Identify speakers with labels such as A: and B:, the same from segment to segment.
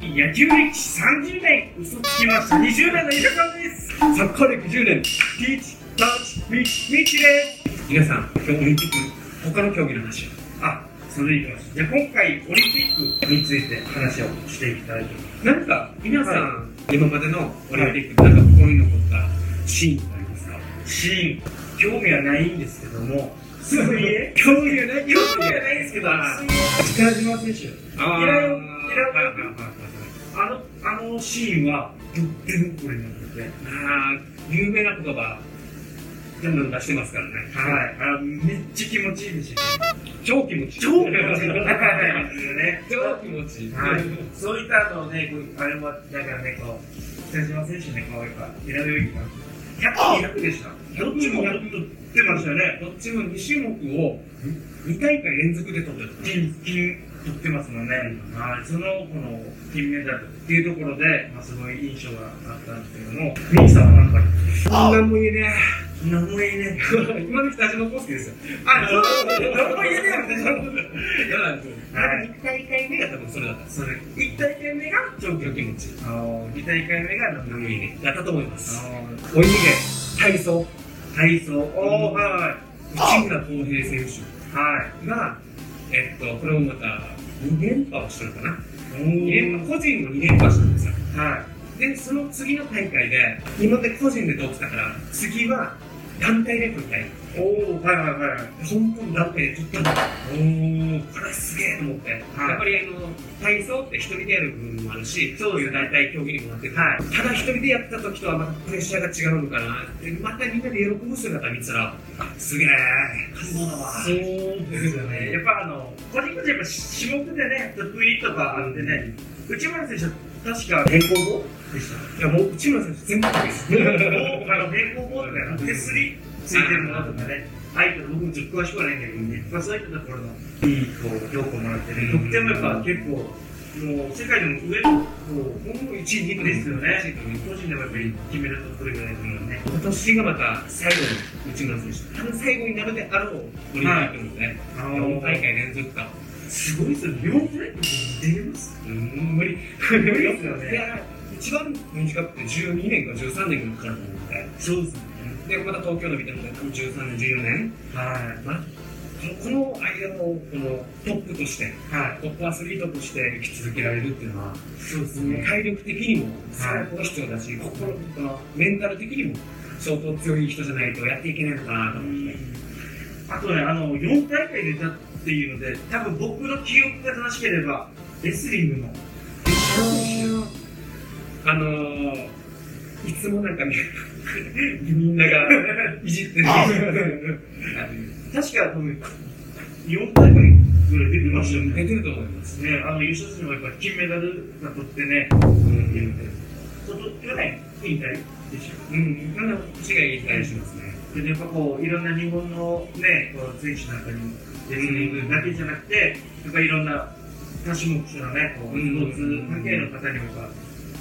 A: 野球歴30年、嘘つきました20年の伊田さんです。サッカー歴10年、ティーチ、ラーチ、ミーチ、ミーチです。皆さん、今日オリンピック、他の競技の話を。あ、それでいきます。じゃあ今回、オリンピックについて話をしていきたいと思います。なんか、皆さん、
B: は
A: 今までのオリンピック、なんか心に残ったシーンってありますか
B: シーン、興味はないんですけども、水泳
A: 興味がない、興味がないですけど、
B: あ
A: 水泳
B: 北島選手、
A: あー
B: 平泳
A: はいはいはいはい
B: あの、あのシーンは、ぶってんこれなので、
A: まあ、有名な言葉、どんどん出してますからね。
B: はい、あめっちゃ気持ちいいですよ。
A: 超気持ちい
B: 超気持ちい
A: い。
B: い。ね
A: 超気持ちいい。
B: はい、そういったのをね、こうあれも、だからね、こう、北島選手ね、こう、やっぱ、平泳ぎが、100、200でした。どっちも100と出ましたね。
A: どっちも2種目を2大会連続で取ってる。
B: 金、金取ってますもんね、はい、そのこの金メダルっていうところで、まあ、すごい印象があったんですけども、ミキさんはなんか、
A: なんも言えね
B: 何も言えね
A: え。今の北島康介ですよ。
B: え、あ、そう、何も言えね
A: だから、1大会目が多分それだったん
B: え
A: です。
B: それ、1大会目が、
A: 超気持ちいい。
B: あの2大会目が何
A: なん
B: も言
A: も言
B: えね
A: えねえ。だったと思いま
B: え、
A: す。
B: あの
A: おいで、体操、
B: 体操、おー、はい、
A: 内村航平選手
B: はい、
A: が、えっと、これもまた2連覇をしたのかな。
B: お
A: 二連
B: ー、
A: 覇個人の2連覇したんですよ。
B: はい、
A: で、その次の大会で、今まで個人で取ってたから、次は団体で取りたい。
B: おー、はいはいはいはい、
A: 本当に団体で取ったんだ。
B: おー、
A: これはすげえと思って。やっぱりあの、体操って一人でやる部分もあるし、そういう団体競技にもなってて、
B: はい
A: ただ一人でやった時とはまたプレッシャーが違うのかな。で、またみんなで喜ぶ姿見てたら、あすげえ、感動だわ。
B: そうですよね。やっぱあの、個人個人やっぱ種目でね、得意とかあってね、内村選手は確か平行棒でした。
A: いや、もう内村選手全部得意です。
B: あの平行棒とか、手すりついてるものとかね、ああいうの僕もちょっと詳しくはないんだけどね、まあ、そういったところのいいこう評価もらってね、得点もやっぱ結構、もう世界でも上のこう
A: もう1位、2位
B: ですよね
A: 1位と二位、
B: 個人でもやっぱり決めると取れぐらいのね。
A: 今年がまた最後の内村選手、多分最後になるであろうオリンピックのね、
B: あ
A: 4大会連続か、
B: すごいですよね、4大会出れます
A: うーん、無理、
B: 無理ですよ
A: い
B: ね。
A: や、一番短くて12年か13年かかると
B: そ
A: 思うんで、
B: うですね。
A: で、また東京伸びたので、多分13年、14年、
B: はい。
A: まあ、このこの間のこのトップとして、
B: はい。
A: トップアスリートとして生き続けられるっていうのは、
B: そうですね。
A: 体力的にも最高必要だし、心このメンタル的にも相当強い人じゃないとやっていけないのかなと思って。
B: あとね、あの、4大会出たっていうので、多分僕の記憶が正しければ、レスリングの、
A: あのー、いつもなんかね、みんながいじってる。
B: 確か多分、4大会ぐらい出てましたよね。
A: 出てると思います。
B: ね、あの、優勝するのもやっぱ金メダルが取ってね、っていうので、ちょっと去年、引退でした。
A: うん、なんか違いたりしますね。
B: でやっぱこういろんな日本のねこう選手なんかにもレスリングだけじゃなくてやっぱいろんな多種目種のねこう
A: う
B: ス
A: ん
B: ポーツ関係の方にもやっぱ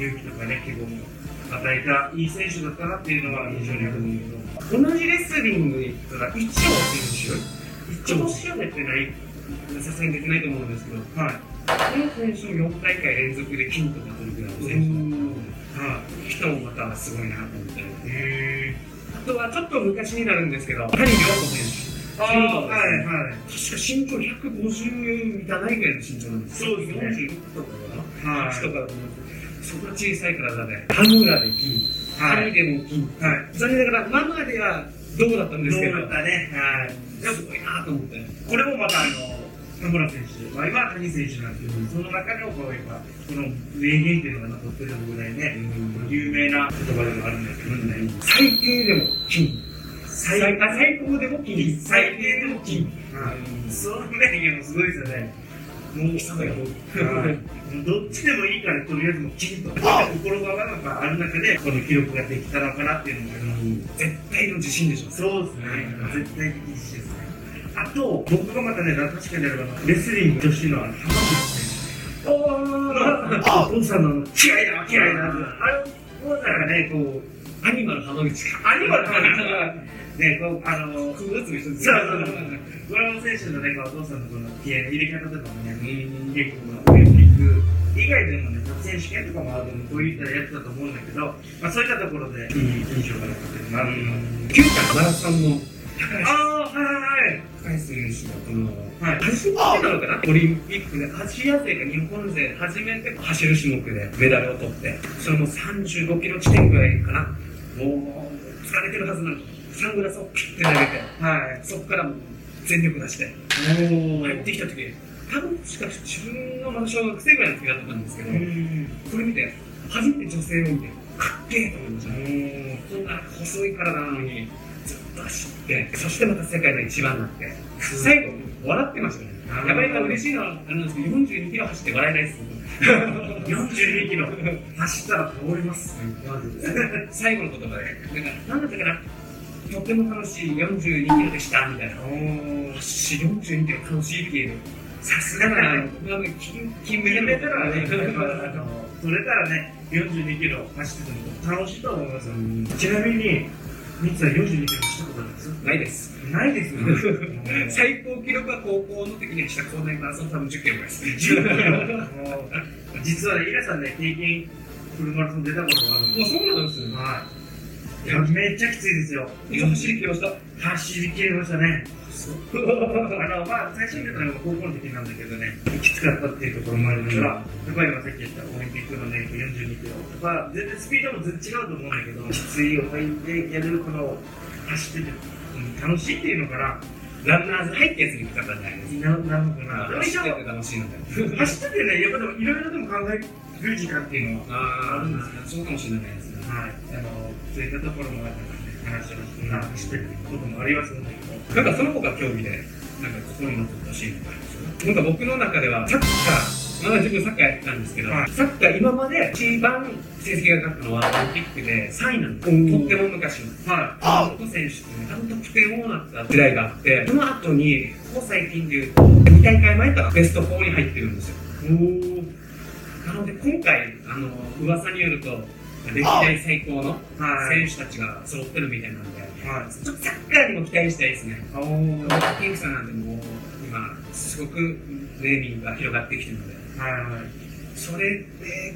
B: 勇気とかね希望も与えたいい選手だったなっていうのは印象にあるんだ
A: 同じレスリングで言ったら、一応選手、
B: け
A: 一
B: ど
A: 応選手は出てない、さすがに出てないと思うんですけど、こ
B: はい
A: の選手も4大会連続で金とか取るぐらいの選
B: は
A: 手、人もまたすごいなと思って。
B: いへえ
A: あとはちょっと昔になるんですけど、谷亮子選手。
B: はいはい
A: 確か身長150満たないぐらいの身長なんですよ
B: そうですね
A: 46とかかな、
B: はい
A: 8とかだと思うんですけどそこは小さい体で、田村で金、
B: はい
A: 谷でも金、
B: はい
A: 残念ながら、ママでは銅だったんですけど、
B: どうだったねはい
A: すごいなと思って、
B: これもまたあの田村選手、まあ、今は谷選手なんですけど、その中でもこうやっぱこの名言っていうのが残ってるぐらいね、有名な言葉でもあるんですけどね、
A: 最低でも金、
B: 最
A: あ最高でも金、
B: 最低でも金、
A: うん
B: その名言もすごいですよね、もう
A: 貴様がどう
B: どっちでもいいから、とりあえずもう金と、心がなんかある中で、この記録ができたのかなっていうのがあります。
A: 絶対の自信でしょ。
B: そうですね、絶対的一ですね。あと、僕がまたね、確かにあれば、レスリング女子のあの浜口選手。
A: おー
B: お父さんの嫌いだ嫌いだあれもだからねこう
A: アニマル浜口か。
B: アニマルなんかねこうあの
A: 9月の人です
B: そうそうそうゴラム選手のねこうお父さんのこの気合いの入れ方とかもね
A: うん
B: 結構まあク以外でもね、選手権とかもあるのこういったやつだと思うんだけど、まあ、そういったところで、
A: いい印象がなくて、まあ、九太マラソンの
B: ああ、はいはい
A: 高橋選手がこの、
B: はい。はい
A: 初めてなのかなオリンピックでアジア勢が日本勢初めて走る種目でメダルを取って、それも35キロ地点ぐらいかな。もう、疲れてるはずなのに、サングラスをピッて投げて、
B: はい。
A: そこからもう全力出して、
B: お
A: 入ってきた時、多分しかし自分のまだ小学生ぐらいの時だったんですけど、
B: うん。
A: これ見て、初めて女性を見て、かっけえと思いました。こんな細い体なのに、ずっと走って、そしてまた世界の一番になって、最後、笑ってましたね。やばいな、嬉しいのは、あの、42キロ走って笑えないです。
B: 42キロ走ったら倒れます。まず。
A: 最後の言葉で、なんか、なんだったかな、とっても楽しい42キロでした、みたいな。
B: お
A: よし、42キロ楽しいけど、さすがだな、なんか金金メダ
B: 決
A: ル
B: めたらね、あの取れたらね、42キロ走ってても楽しいと思いますよ。ちなみに、ミツは42キロ走ったことあるんです
A: ないです。
B: ないですよ
A: 最高記録は高校の時にした校内マラソン多分10キロぐらいです。
B: 実は、イラさんね、経験、フルマラソン出たことがあるん
A: もう
B: です。
A: そうなんですよ。
B: はい。いや、めっちゃきついですよ。
A: 走り切りました。
B: 走り切れましたね。あの、まあ、最初に出たのが高校の時なんだけどね、きつかったっていうところもあるから、やっぱり今さっき言ったオリンピックのね、42キロとか、全然スピードも全然違うと思うんだけど、きついを履いてやるこの、走ってて、うん楽しいっていうのかな、
A: ランナーズ入ってやつに来たからね。
B: ななんのかな、
A: 走ってて楽しいので。
B: 走っててね、やっぱでもいろいろでも考える時間っていうのは、
A: あー、そうかもしれないですね。
B: はい、あの、そういったところもあったので、話をしてなしてることもありますんだけど、
A: なんかその子が興味で、なんか心に残ってほしいのがありますよね。なんか僕の中ではサッカー、まだ自分サッカーやってたんですけど、
B: はい
A: サッカー今まで一番成績が良かったのはオリンピックで3位なんです
B: お
A: よ。
B: ー
A: とっても昔の。
B: は
A: あー選手って、あの得点王だった時代があって、その後に、ここ最近でいうと、2大会前からベスト4に入ってるんですよ。
B: い、おー、
A: なので今回、あの噂によると、歴代最高の
B: はい、
A: 選手たちが揃ってるみたいなので、
B: はい、
A: ちょっとサッカーにも期待したいですね。
B: おー、は
A: ピンクさんなんてもう、今、すごくネーミングが広がってきてるので、
B: い、はい。
A: それで、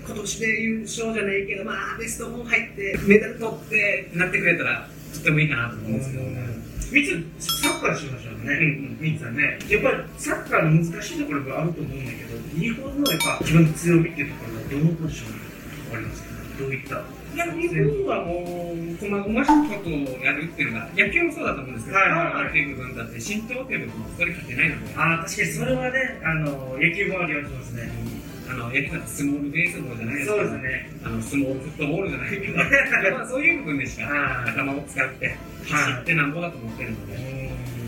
A: 今年で優勝じゃないけど、まあ、ベスト4入って、メダル取ってなってくれたら、とってもいいかなと思うんですけどね。
B: ミツ、サッカーしましょう
A: うんう
B: ね。
A: ん
B: ミツはね、やっぱりサッカーの難しいところがあると思うんだけど、日本のやっぱ一番強みっていうところはどのポジションにありますかどういった。
A: いや日本はもう、こまごましいことをやるっていうのが、野球もそうだと思うんですけど、
B: は
A: パ
B: いはい
A: ワーっていう部分だって、身長っていう部分もそれ勝てないので、
B: ああ、確かにそれはね、あの、野球もありますね。
A: あの野球なんてスモールベースボールじゃない です
B: そう
A: か
B: ですね。
A: あのスモールフットボールじゃないけど、まあ、そういう部分でしか
B: はい。
A: 頭を使って走ってなんぼだと思ってるので。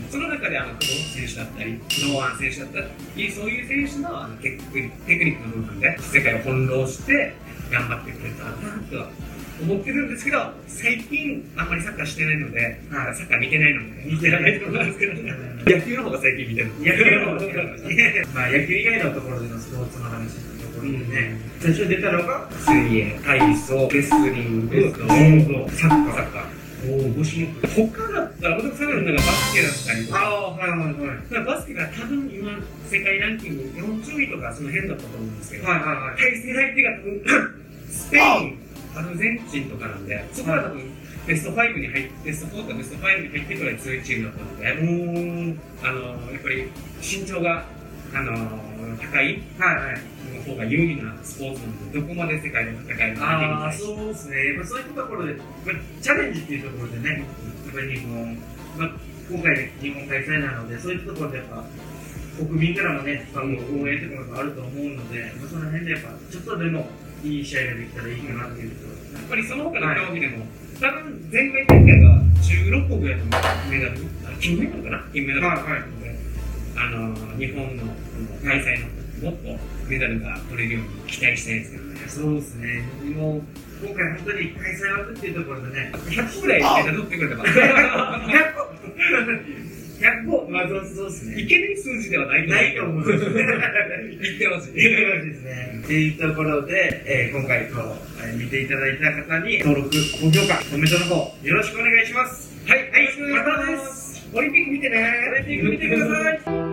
A: その中であの久保選手だったり、堂安選手だったり、そういう選手のあのテクニテクニックの部分で、世界を翻弄して頑張ってくれたらなとは思ってるんですけど、最近、あんまりサッカーしてないので、
B: は
A: サッカー見てないので、
B: 見てない
A: と思うんですけど、野球の方が最近見てる。
B: 野球の方ですけどねまあ野球以外のところでのスポーツの話のところでね、最初に出たのが、
A: 水泳、体操、レスリング、
B: 運動
A: サッカー、サッカー。
B: おお、5種目。
A: 他だったら、僕サッカーの中バスケだったりとか
B: ああ、はいはいはい。はい
A: まあバスケが多分今、世界ランキング40位とかその辺だったと思うんですけど、
B: はいはい。
A: 対戦相手が多分スペイン、アルゼンチンとかなんで、そこは多分ベスト5に入って、ベスト4かベスト5に入ってくらい強いチームだったので、あのやっぱり身長が、あの高い
B: はいはい。
A: 方が有利なスポーツなので、どこまで世界の戦いに
B: ああ、そ
A: そ
B: うですね。やっぱそういったところで、まあ、チャレンジっていうところでね、やっぱり日本、まあ、今回日本開催なので、そういったところでやっぱ、国民からもね、まあ、応援ってことがあると思うので、まあ、その辺でやっぱ、ちょっとでもいい試合ができたらいいかなっていうところですね。
A: やっぱりその他の競技でも、多分前回大会が16個ぐらいのメダル、あ金メダルかな金メダル。
B: はい。
A: あの日本のこの開催のもっとメダルが取れるように期待したいですけどね。
B: そうですね。もう、今回本当に開催枠っていうところでね、
A: 100個ぐら いメダル取ってくれたば。
B: 100個 !100 個まあ、そうそうですね。
A: いけない数字ではない
B: ないと思うんですね。
A: 言ってほし
B: と
A: い。
B: いうことですね。っていうところで、えー今回こう、えー見ていただいた方に、登録、高評価、コメントの方、よろしくお願いします。
A: はい、はい、。
B: またです
A: オリンピック見てね。
B: オリンピック見てください。